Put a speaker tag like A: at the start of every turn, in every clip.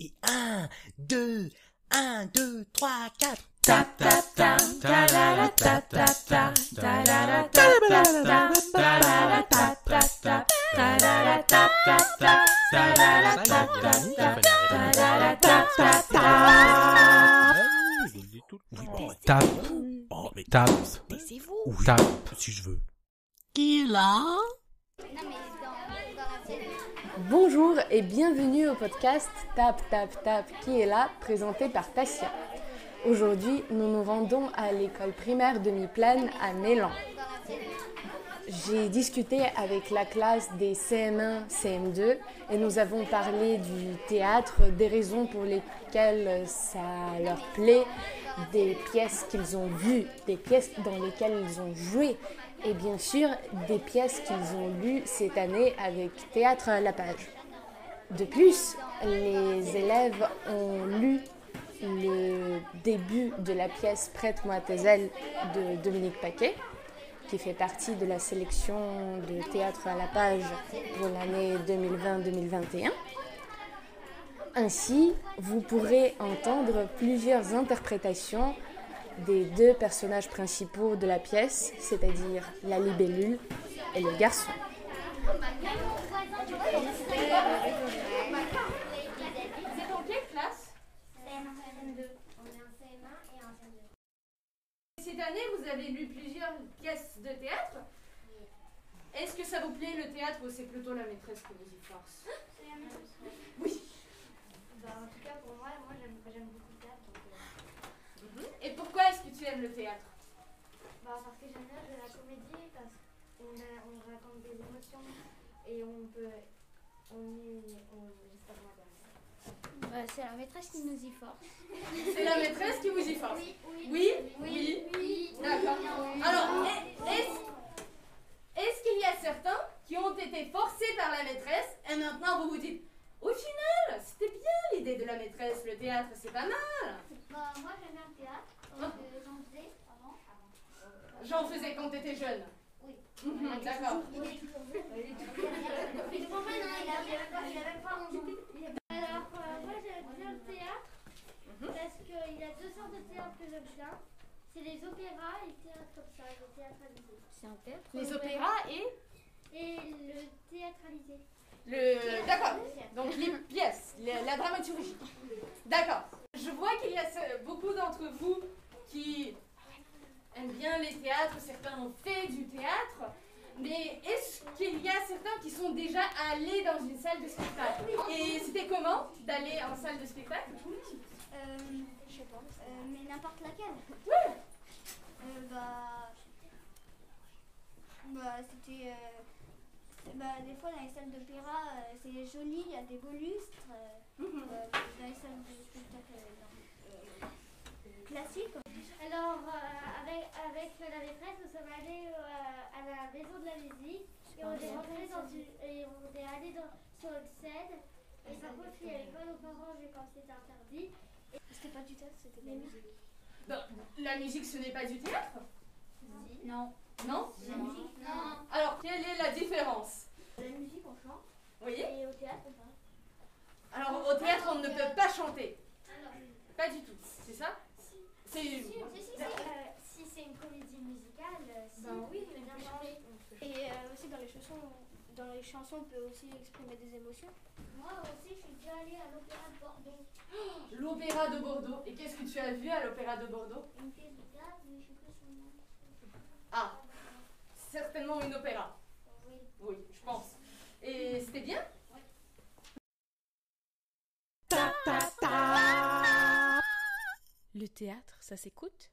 A: Et un, deux, un, deux, trois, quatre.
B: Ta ta ta ta la la ta ta ta ta la la ta ta ta ta la la ta ta ta ta la la ta ta ta ta la la ta ta ta ta la la ta ta ta.
A: Oui,
C: Oh,
B: Tape,
A: oh, mais
B: tape,
C: Taisez-vous.
B: tape.
A: si je veux.
C: Qui là
D: Bonjour et bienvenue au podcast Tap Tap Tap qui est là, présenté par Tassia. Aujourd'hui, nous nous rendons à l'école primaire demi-plane à Mélan. J'ai discuté avec la classe des CM1, CM2 et nous avons parlé du théâtre, des raisons pour lesquelles ça leur plaît, des pièces qu'ils ont vues, des pièces dans lesquelles ils ont joué et bien sûr des pièces qu'ils ont lues cette année avec Théâtre à la page. De plus, les élèves ont lu le début de la pièce Prête-moi tes ailes de Dominique Paquet, qui fait partie de la sélection de théâtre à la page pour l'année 2020-2021. Ainsi, vous pourrez entendre plusieurs interprétations des deux personnages principaux de la pièce, c'est-à-dire la libellule et le garçon.
E: Cette année, vous avez lu plusieurs pièces de théâtre. Est-ce que ça vous plaît le théâtre ou c'est plutôt la maîtresse qui vous y force
F: Bah, euh,
E: Et pourquoi est-ce que tu aimes le théâtre
F: Bah, Parce que j'aime bien de la comédie, parce qu'on a- on raconte des émotions et on peut. On est. On, je sais pas comment dire.
G: Bah, c'est la maîtresse qui nous y force.
E: C'est la maîtresse qui vous y force.
F: Oui,
E: Oui Oui D'accord. Alors, eh, est- est-ce est-ce qu'il y a certains qui ont été forcés par la maîtresse et maintenant vous vous dites au final, c'était bien l'idée de la maîtresse, le théâtre, c'est pas mal.
F: Bah, moi j'aime bien le théâtre, donc euh, j'en faisais avant.
E: J'en faisais quand t'étais jeune.
F: Oui.
E: Mhm, D'accord.
F: Il est toujours jeune. Il est toujours jeune, hein, il a il a même pas- il a même pas 11 ans. Mhm. Alors, euh, moi j'aime bien le théâtre, parce qu'il y a deux sortes de théâtre que j'aime bien c'est les opéras et le théâtre comme ça, le théâtralisé.
G: C'est un théâtre.
E: Les opéras et
F: Et le théâtralisé. Euh,
E: le. D'accord. Donc les pièces, la, la dramaturgie. D'accord. Je vois qu'il y a ce- beaucoup d'entre vous qui aiment bien les théâtres, certains ont fait du théâtre, mais est-ce qu'il y a certains qui sont déjà allés dans une salle de spectacle Et c'était comment d'aller en salle de spectacle
F: Euh, je sais pas. mais n'importe laquelle. Euh, bah. Bah, c'était. euh, c'est- bah, des fois, dans les salles d'opéra, euh, c'est joli, il y a des beaux lustres. euh, euh, dans les salles de spectacle euh, non, euh, classique. Alors, euh, avec, avec la maîtresse, nous sommes allés euh, à la maison de la musique et on est rentré dans une. Et on est allé sur une scène. Et par contre, il n'y avait pas nos parents, j'ai pensé c'était interdit. C'était pas du théâtre, c'était de la musique.
E: Non, La musique, ce n'est pas du théâtre Non. Non
F: La musique Non.
E: Alors, quelle est la différence
F: La musique, on chante.
E: voyez
F: Et au théâtre, on parle.
E: Alors au théâtre, on ne peut pas chanter. Pas du tout, c'est ça C'est
F: Si, si, si. si c'est une comédie musicale, euh, si. oui, on bien chanter.
E: eh.
F: Et euh, aussi dans les chansons, dans les chansons, on peut aussi exprimer des émotions. Moi aussi, je suis déjà allée à l'opéra de Bordeaux.
E: l'opéra de Bordeaux. Et qu'est-ce que tu as vu à l'opéra de Bordeaux
F: Une pièce de théâtre, mais je sais pas son nom.
E: Ah, certainement une opéra.
F: Oui.
E: Oui, je pense. Et c'était bien
D: Le théâtre, ça s'écoute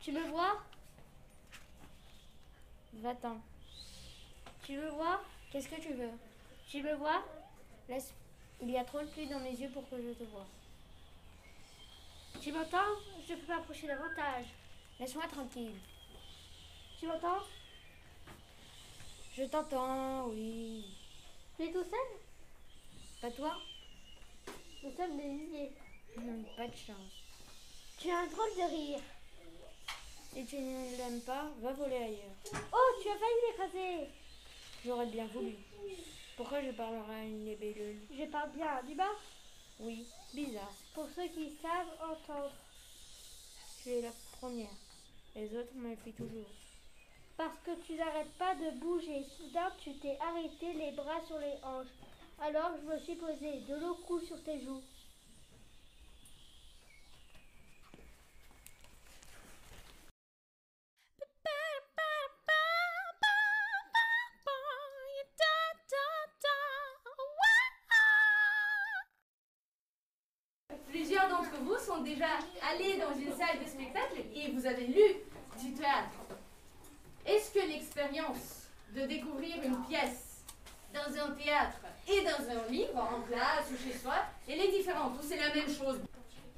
F: Tu veux voir
G: Va-t'en.
F: Tu veux voir
G: Qu'est-ce que tu veux
F: Tu veux voir
G: Laisse. Il y a trop de pluie dans mes yeux pour que je te vois.
F: Tu m'entends Je peux m'approcher davantage.
G: Laisse-moi tranquille.
F: Tu m'entends
G: Je t'entends, oui.
F: Tu es tout seul
G: Pas toi
F: Nous sommes des milliers.
G: Hum, Pas de chance.
F: Tu as un drôle de rire.
G: Si tu ne l'aimes pas, va voler ailleurs.
F: Oh, tu as failli m'écraser.
G: J'aurais bien voulu. Pourquoi je parlerai à une libellule
H: Je parle bien, hein, dis bas.
G: Oui, bizarre.
H: Pour ceux qui savent entendre.
G: Tu es la première. Les autres m'appuient toujours.
H: Parce que tu n'arrêtes pas de bouger. Soudain, tu t'es arrêté les bras sur les hanches. Alors, je me suis posée. De l'eau coule sur tes joues.
E: Plusieurs d'entre vous sont déjà allés dans une salle de spectacle et vous avez lu du théâtre. Est-ce que l'expérience de découvrir une pièce dans un théâtre et dans un livre, en classe ou chez soi, elle est différente ou c'est la même chose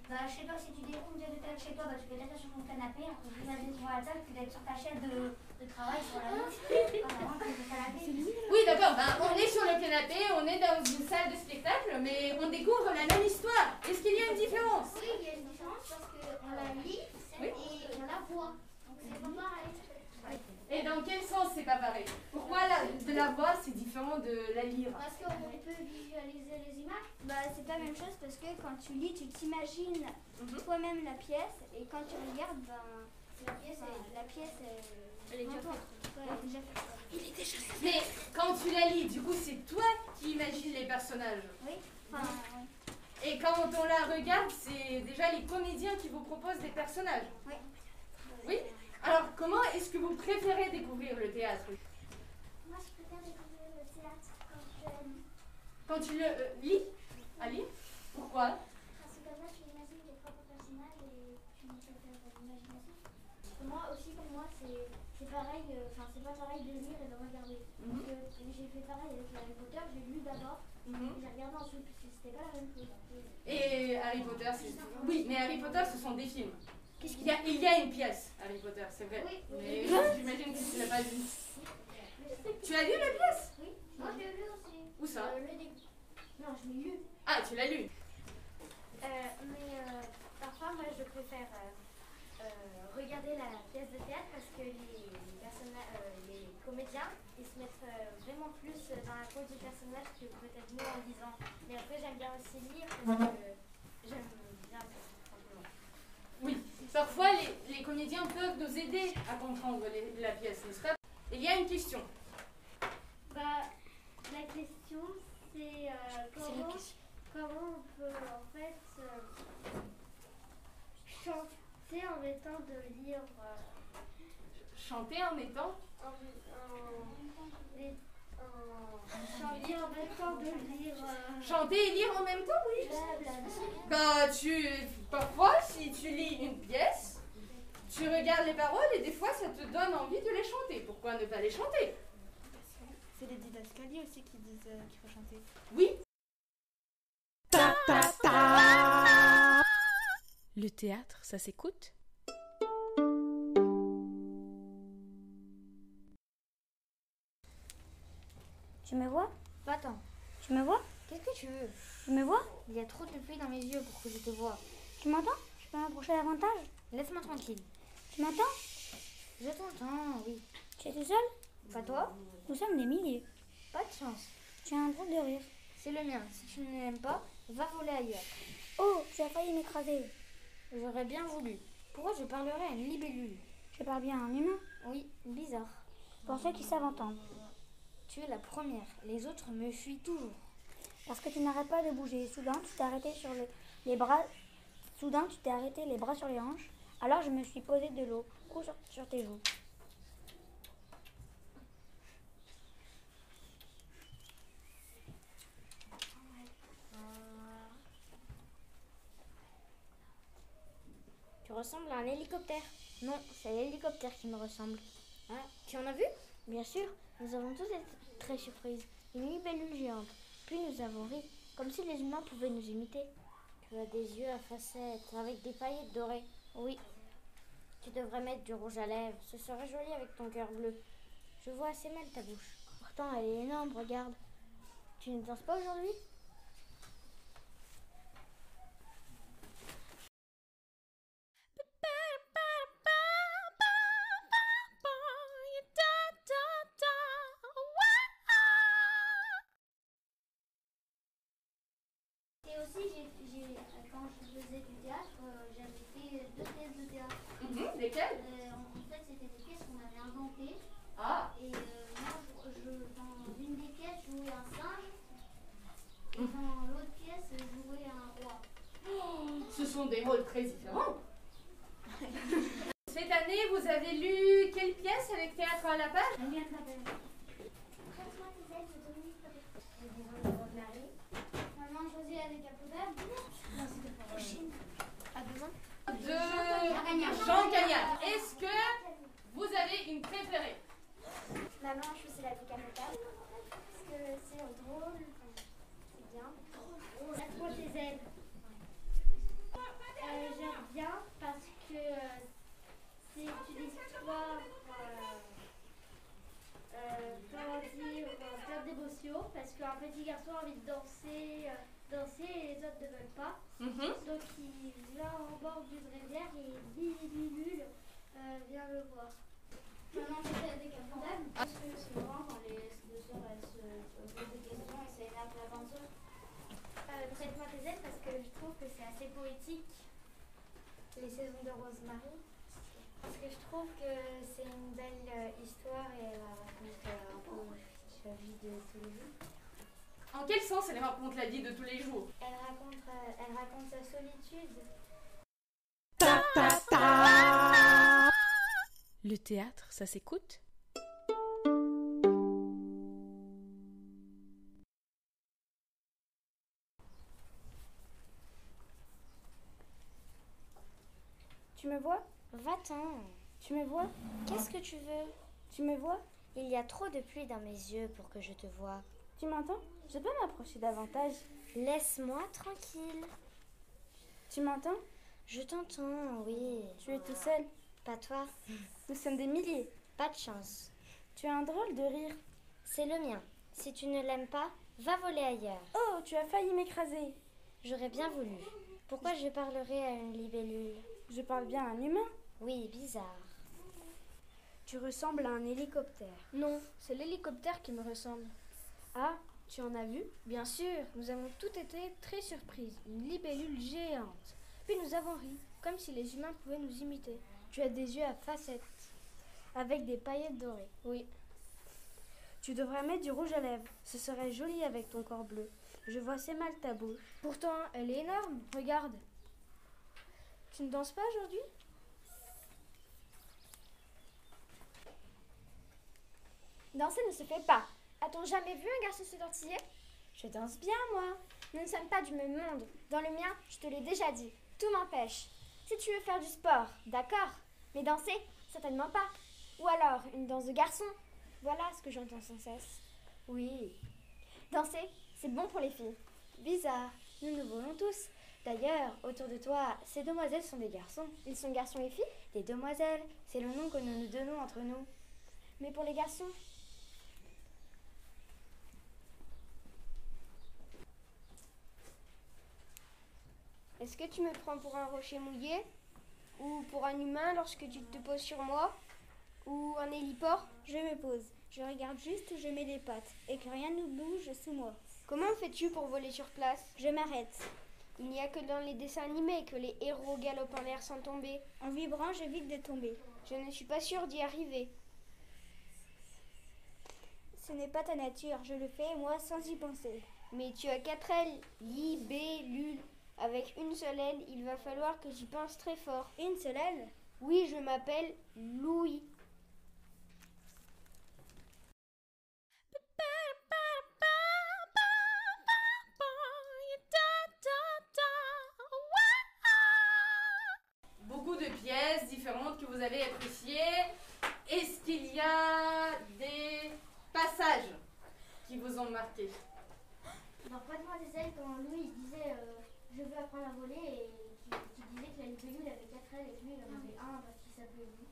F: Bah, je sais pas, si tu découvres déjà le table chez toi, bah, tu peux déjà sur ton canapé, hein, tu vas sur la table, tu vas être sur ta chaîne de, de travail, sur la route.
H: Ah,
F: Voilà, c'est le canapé.
E: Oui, d'accord, ben, on est sur le canapé, on est dans une salle de spectacle, mais on découvre la même histoire. Est-ce qu'il y a une différence
F: Oui, il y a une différence parce qu'on la lit
E: Oui.
F: et on la voit. Donc c'est pas pareil.
E: Et dans quel sens c'est pas pareil Pourquoi la- de la voix c'est différent de la lire
F: Parce qu'on peut visualiser les images.
H: Bah, c'est pas la même chose parce que quand tu lis, tu t'imagines
F: Mhm.
H: toi-même la pièce et quand tu regardes, ben, la pièce, la pièce elle est déjà
F: Il est déjà
E: Mais quand tu la lis, du coup c'est toi qui imagines les personnages.
F: Enfin,
E: Et quand on la regarde, c'est déjà les comédiens qui vous proposent des personnages.
F: Oui.
E: Oui Alors comment est-ce que vous préférez découvrir le théâtre
F: moi je préfère découvrir le théâtre quand je
E: Quand tu le euh, lis À lire Pourquoi
F: Parce que moi, tu imagines tes propres personnages et tu montres ton imagination. Moi aussi, pour moi, c'est c'est pareil. euh, Enfin, c'est pas pareil de lire et de regarder.
E: Mhm.
F: Parce que J'ai fait pareil avec Harry Potter. J'ai lu d'abord,
E: Mhm.
F: puis j'ai regardé ensuite parce que c'était pas la même chose.
E: Et Harry Potter, c'est... Oui, mais Harry Potter, ce sont des films. Il y a, il y a une pièce, Harry Potter, c'est vrai.
F: Oui.
E: Mais j'imagine que tu l'as pas vu. Tu as lu la pièce
F: Oui. Moi, j'ai lu aussi.
E: Où ça
F: Euh, le début. Non, je l'ai lu.
E: Ah, tu l'as lu.
F: Euh, mais euh, parfois, moi, je préfère euh, euh, regarder la pièce de théâtre parce que les, les personna- euh, les comédiens, ils se mettent euh, vraiment plus dans la peau du personnage que peut-être nous en lisant. Mais après, j'aime bien aussi lire parce que j'aime bien tout simplement.
E: Oui, parfois les, les comédiens peuvent nous aider à comprendre les- la pièce, n'est-ce pas Il y a une question.
F: Bah, la question, c'est euh, comment, comment on peut en fait euh, chanter en mettant de lire euh,
E: Chanter en étant
F: en, en- et- en chanter en mettant de lire euh,
E: Chanter et lire en même temps, oui.
F: blablabla.
E: Bah, tu, parfois, si tu lis une pièce, tu regardes les paroles et des fois, ça te donne envie de les chanter. Pourquoi ne pas les chanter
G: C'est les didascalies aussi qui disent qu'il faut chanter.
E: Oui,
I: Le théâtre, ça s'écoute
F: Tu me vois
G: Va-t'en.
F: Tu me vois
G: Bah, Qu'est-ce que tu veux
F: Tu me vois
G: Il y a trop de pluie dans mes yeux pour que je te vois.
F: Tu m'entends Je peux m'approcher davantage
G: Laisse-moi tranquille.
F: Tu m'entends
G: Je t'entends, oui.
F: Tu es tout seul
G: Pas toi
F: Nous sommes des milliers.
G: Pas de chance.
F: Tu as un drôle de rire.
G: C'est le mien. Si tu ne l'aimes pas, va voler ailleurs.
F: Oh, tu as failli m'écraser.
G: J'aurais bien voulu. Pourquoi je parlerais à une libellule
F: Je parle bien un humain.
G: Oui, bizarre.
F: Pour ceux qui savent entendre.
G: Tu es la première. Les autres me fuient toujours.
F: Parce que tu n'arrêtes pas de bouger. Soudain, tu t'es arrêté sur les, les bras. Soudain, tu t'es arrêté les bras sur les hanches. Alors, je me suis posé de l'eau, cou sur, sur tes joues.
G: Tu ressembles à un hélicoptère. Non, c'est l'hélicoptère qui me ressemble. Hein Tu en as vu Bien sûr. Nous avons tous été très surprises. Une libellule géante. Puis nous avons ri, comme si les humains pouvaient nous imiter. Tu as des yeux à facettes, avec des paillettes dorées. Oui. Tu devrais mettre du rouge à lèvres. Ce serait joli avec ton cœur bleu. Je vois assez mal ta bouche. Pourtant, elle est énorme, regarde. Tu ne danses pas aujourd'hui
F: euh, Euh,
E: Ah.
F: euh,
E: Oh, sont des rôles très différents. Cette année, vous avez lu quelle pièce avec théâtre à la page
F: Prête-moi tes ailes, je te donne une Maman, choisis la décapotable. Non, c'était pour la prochaine. Pas besoin
E: de Jean Cagnard. Est-ce que vous avez une préférée
J: Maman, je choisis la décapotable. Parce que c'est drôle. enfin, C'est bien. Drôle. Prête-moi tes ailes.
F: Euh, J'aime bien parce que euh, c'est une histoire, euh, euh, comment dire, euh, plein d'émotions. Parce qu'un petit garçon a envie de danser, euh, danser et les autres ne veulent pas.
E: Mhm.
F: Donc il vient en bord d'une rivière et Bilibulule euh, vient le voir. Maman, j'étais avec un problème. Parce que souvent, quand les deux sœurs elles se posent des questions, et c'est une aventure.
J: Euh, Prête-moi tes ailes parce que je trouve que c'est assez poétique. Les saisons de Rosemary. Parce que je trouve que c'est une belle euh, histoire et elle raconte euh, un peu la vie de tous les jours.
E: En quel sens elle raconte la vie de tous les jours
J: Elle raconte, euh, elle raconte sa solitude.
D: Le théâtre, ça s'écoute
G: Tu me vois Va-t'en. Tu me vois Qu'est-ce que tu veux Tu me vois Il y a trop de pluie dans mes yeux pour que je te voie. Tu m'entends Je peux m'approcher davantage. Laisse-moi tranquille. Tu m'entends Je t'entends, oui. Tu es tout seul Pas toi. Nous sommes des milliers. Pas de chance. Tu as un drôle de rire. C'est le mien. Si tu ne l'aimes pas, va voler ailleurs. Oh, tu as failli m'écraser. J'aurais bien voulu. Pourquoi je parlerais à une libellule je parle bien à un humain Oui, bizarre. Tu ressembles à un hélicoptère. Non, c'est l'hélicoptère qui me ressemble. Ah, tu en as vu Bien sûr, nous avons toutes été très surprises. Une libellule géante. Puis nous avons ri, comme si les humains pouvaient nous imiter. Tu as des yeux à facettes, avec des paillettes dorées. Oui. Tu devrais mettre du rouge à lèvres. Ce serait joli avec ton corps bleu. Je vois c'est mal ta bouche. Pourtant, elle est énorme. Regarde. Tu ne danses pas aujourd'hui
J: Danser ne se fait pas. A-t-on jamais vu un garçon se tortiller Je danse bien, moi. Nous ne sommes pas du même monde. Dans le mien, je te l'ai déjà dit, tout m'empêche. Si tu veux faire du sport, d'accord. Mais danser, certainement pas. Ou alors, une danse de garçon. Voilà ce que j'entends sans cesse. Oui. Danser, c'est bon pour les filles. Bizarre, nous nous voulons tous. D'ailleurs, autour de toi, ces demoiselles sont des garçons. Ils sont garçons et filles Des demoiselles, c'est le nom que nous nous donnons entre nous. Mais pour les garçons,
G: Est-ce que tu me prends pour un rocher mouillé Ou pour un humain lorsque tu te poses sur moi Ou un héliport Je me pose. Je regarde juste où je mets les pattes et que rien ne bouge sous moi. Comment fais-tu pour voler sur place Je m'arrête. Il n'y a que dans les dessins animés que les héros galopent en l'air sans tomber. En vibrant, j'évite de tomber. Je ne suis pas sûre d'y arriver. Ce n'est pas ta nature, je le fais moi sans y penser. Mais tu as quatre ailes, libellule. Avec une seule aile, il va falloir que j'y pense très fort. Une seule aile Oui, je m'appelle Louis.
E: Beaucoup de pièces différentes que vous avez appréciées. Est-ce qu'il y a des passages qui vous ont marqué
F: Dans Prête-moi des ailes, quand Louis disait euh, Je veux apprendre à voler, et qui, qui disait que la libellule avait 4 ailes et que lui il en avait un parce qu'il s'appelait Louis.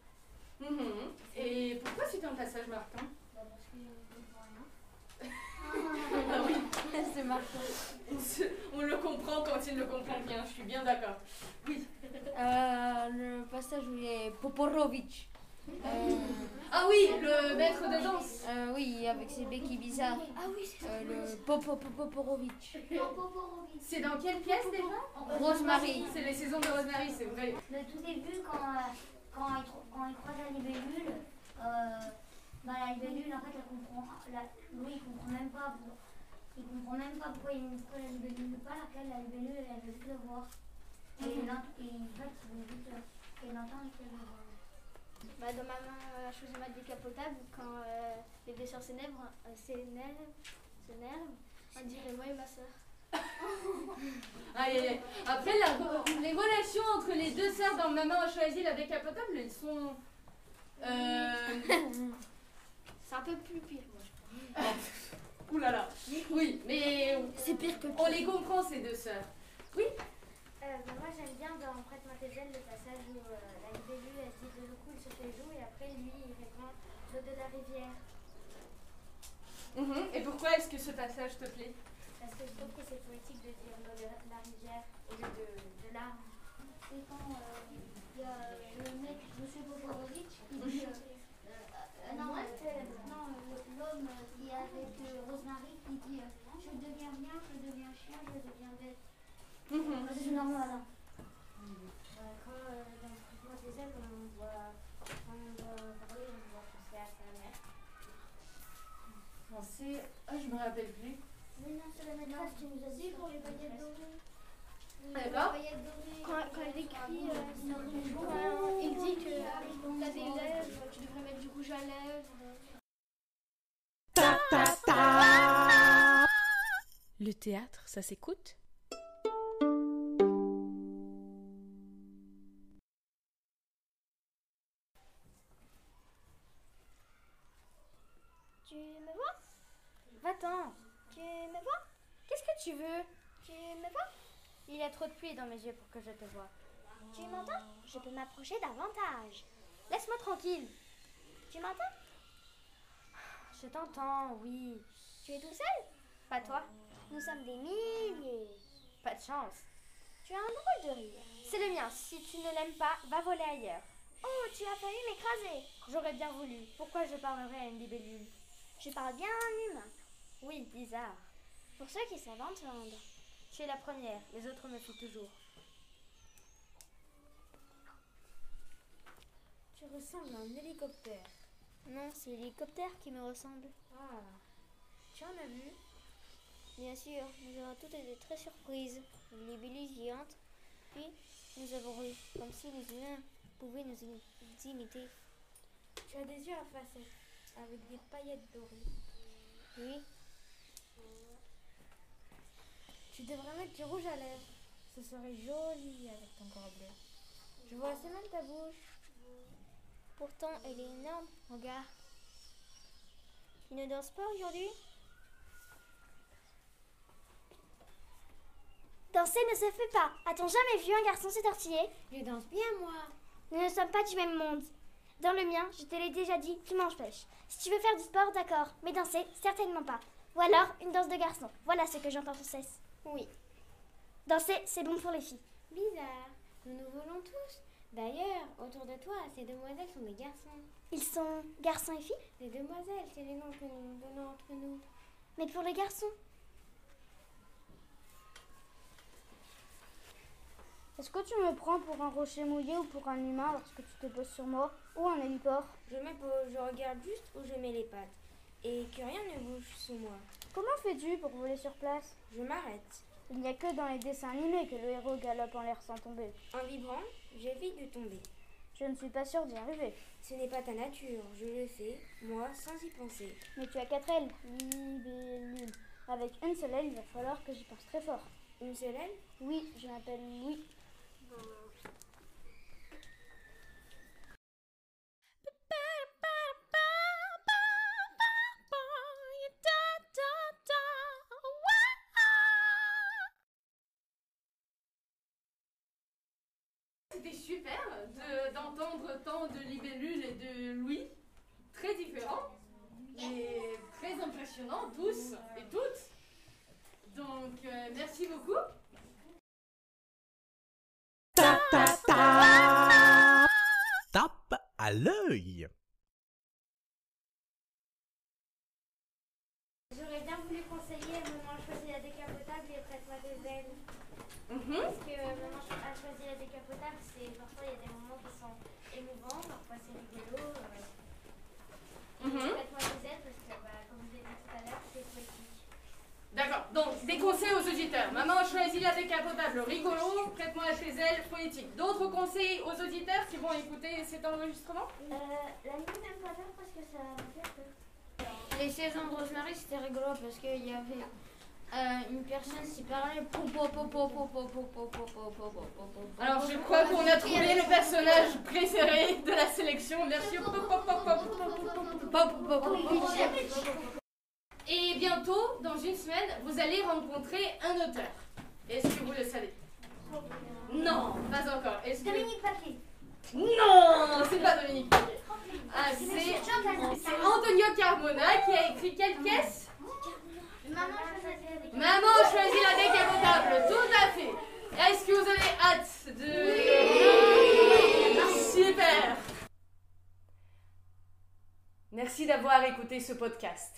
E: Mhm. Et pourquoi c'était un passage marquant
F: Bah, parce que je ne comprends rien.
E: Ah oui, c'est marquant. On le comprend quand il le comprend bien, je suis bien d'accord. Oui.
K: Euh, le passage où il est Poporovitch.
E: Ah oui, le maître de danse.
K: oui, avec ses béquilles bizarres.
F: Ah oui, c'est
K: Euh, le Popo- Poporovitch.
F: Poporovitch.
E: C'est dans quelle pièce déjà
K: Rosemary.
E: C'est les saisons de Rosemary, c'est vrai.
F: Le tout début, quand, euh, quand, il, trou- quand il croise la libellule, euh, bah, la libellule, en fait, elle comprend. La, Louis, il comprend même pas. pour- il comprend même pas pourquoi, il, pourquoi la libellule ne parle. Après, la libellule, elle veut juste le voir.
L: Et il ent- et il vote, il vote, euh, et il entend que le
G: Bah, dans ma main, euh, je faisais ma décapotable quand euh, les deux sœurs s'énervent, euh, s'énervent, s'énervent. On dirait moi et ma sœur.
E: Aïe, aïe, aïe. Après, la re- les relations entre les deux sœurs dans Maman a choisi la décapotable, elles sont. Euh.
G: C'est un peu plus pire, moi, je
E: Ah. Oulala. Oui, mais
G: C'est pire que
E: on les comprend, ces deux sœurs.
G: Euh, bah, moi j'aime bien dans Prête ma Théselle le passage où euh, la Libellu elle dit de l'eau coule sur les joues et après lui il répond l'eau de la rivière
E: Mhm. Et pourquoi est-ce que ce passage te plaît
G: parce que je trouve que c'est poétique de dire l'eau de la, la rivière au lieu de, de l'arme.
L: Et quand euh, il y a euh, le mec, M. Boborovic, qui dit. euh, euh, euh, non,
G: Ouais.
L: euh, non, euh, l'homme euh, qui est avec euh, Rosemary qui dit euh, Je deviens rien, je deviens chien, je deviens bête.
E: Mhm.
L: Je suis normal. hein.
G: Bah, quand euh, dans Prête ma Théselle on doit, on doit parler, on doit penser à sa mère.
E: Pensez. Ah, je me rappelle plus.
L: Mais non, c'est la maîtresse qui nous a dit pour les paillettes dorées.
E: Eh ben.
L: paillettes dorées.
G: Quand, quand elle écrit, euh,
L: Quand
G: il dit que t'as des lèvres, tu devrais mettre du rouge à lèvres.
D: Le théâtre, ça s'écoute
F: Tu me vois Va-t'en Tu me vois Qu'est-ce que tu veux Tu me vois Il y a trop de pluie dans mes yeux pour que je te vois. Tu m'entends Je peux m'approcher davantage. Laisse-moi tranquille. Tu m'entends Je t'entends, oui. Tu es tout seul Pas toi. Nous sommes des milliers. Pas de chance. Tu as un drôle de rire. C'est le mien. Si tu ne l'aimes pas, va voler ailleurs. Oh, tu as failli m'écraser. J'aurais bien voulu. Pourquoi je parlerais à une libellule je parle bien un humain. Oui, bizarre. Pour ceux qui savent entendre. Tu es la première, les autres me font toujours. Tu ressembles à un hélicoptère. Non, c'est l'hélicoptère qui me ressemble. Ah. Tu en as vu Bien sûr, nous avons toutes été très surprises. Les billes géantes. Puis, nous avons ri, comme si les humains pouvaient nous im- nous imiter.
G: Tu as des yeux à facettes avec des paillettes dorées.
F: Oui,
G: Tu devrais mettre du rouge à lèvres. Ce serait joli avec ton corps bleu. Je vois assez mal ta bouche.
F: Pourtant, elle est énorme, regarde. Tu ne danses pas aujourd'hui Danser ne se fait pas. A-t-on jamais vu un garçon s'étortiller
G: Je danse bien, moi.
F: Nous ne sommes pas du même monde. Dans le mien, je te l'ai déjà dit, tu m'empêches. Si tu veux faire du sport, d'accord, mais danser, certainement pas. Ou alors, une danse de garçon. Voilà ce que j'entends sans cesse. Oui. Danser, c'est bon pour les filles.
G: Bizarre. Nous nous voulons tous. D'ailleurs, autour de toi, ces demoiselles sont des garçons.
F: Ils sont garçons et filles
G: Des demoiselles, c'est les noms que nous nous donnons entre nous.
F: Mais pour les garçons Est-ce que tu me prends pour un rocher mouillé ou pour un humain lorsque tu te poses sur moi Ou un héliport
G: Je m'épose, je regarde juste où je mets les pattes. Et que rien ne bouge sous moi.
F: Comment fais-tu pour voler sur place
G: Je m'arrête.
F: Il n'y a que dans les dessins animés que le héros galope en l'air sans tomber.
G: En vibrant, j'évite de tomber.
F: Je ne suis pas sûre d'y arriver.
G: Ce n'est pas ta nature, je le fais, moi, sans y penser.
F: Mais tu as quatre ailes. Libellule. Avec une seule aile, il va falloir que j'y pense très fort.
G: Une seule aile
F: Oui, je m'appelle Louis.
E: C'était super de- d'entendre tant de Libellule et de Louis, très différents et très impressionnants tous et toutes. Donc euh, merci beaucoup.
B: Tape à l'œil.
G: J'aurais bien voulu conseiller Maman a choisi la décapotable et prête-moi des ailes.
E: Mhm.
G: Parce que Maman a choisi la décapotable, c'est parfois il y a des moments qui sont émouvants, parfois c'est rigolo. euh,
E: Mhm.
G: Mhm. Prête-moi des ailes parce que, bah, comme je l'ai dit tout à l'heure, c'est poétique.
E: D'accord, donc des conseils aux auditeurs. Maman choisit la décapotable rigolo, prête-moi chez elle, poétique. D'autres conseils aux auditeurs qui vont écouter cet enregistrement
J: Euh, la nuit même pas peur parce que ça me fait peur.
G: Les saisons de Rosemary, c'était rigolo parce qu'il y avait euh, une personne qui parlait pou pou pou pou pou pou pou pou pou pou pou pou pou pou
E: Alors je crois qu'on a trouvé le personnage préféré de la sélection, bien sûr. Pop, pop, pop, pop, pop, pop, pop, pop, pop, pop, pop. Et bientôt, dans une semaine, vous allez rencontrer un auteur. Est-ce que vous le savez Non, pas encore. Est-ce que...
J: Dominique Patrick.
E: Non, c'est pas Dominique. Paquet. Ah, c'est
J: hein,
E: c'est Antonio Carmona qui a écrit quelle pièce
J: Maman, je vais choisir avec
E: Maman choisit la décapotable, tout à fait. Est-ce que vous avez hâte de... Super
D: Merci d'avoir écouté ce podcast.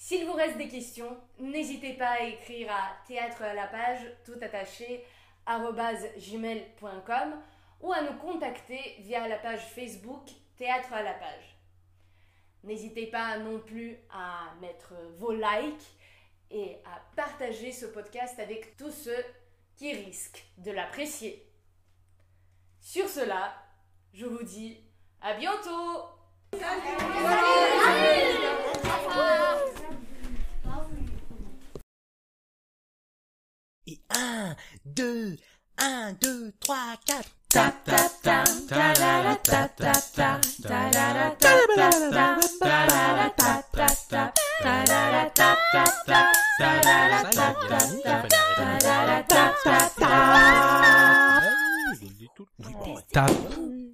D: S'il vous reste des questions, n'hésitez pas à écrire à théâtre à la page tout attaché arobase gmail.com ou à nous contacter via la page Facebook Théâtre à la page. N'hésitez pas non plus à mettre vos likes et à partager ce podcast avec tous ceux qui risquent de l'apprécier. Sur cela, je vous dis à bientôt
A: Et un, deux, un, deux, trois, quatre.
B: tap tap tap tarara tap tap tap tarara tap tap tap tarara tap tap tap tarara tap tap tap tarara tap tap tap tarara tap tap tap tap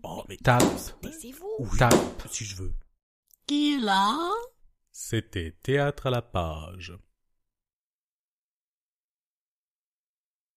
A: Oh, mais
B: tap
C: Taisez-vous.
B: tap
A: si je veux.
C: Qui est là
M: C'était Théâtre à la page.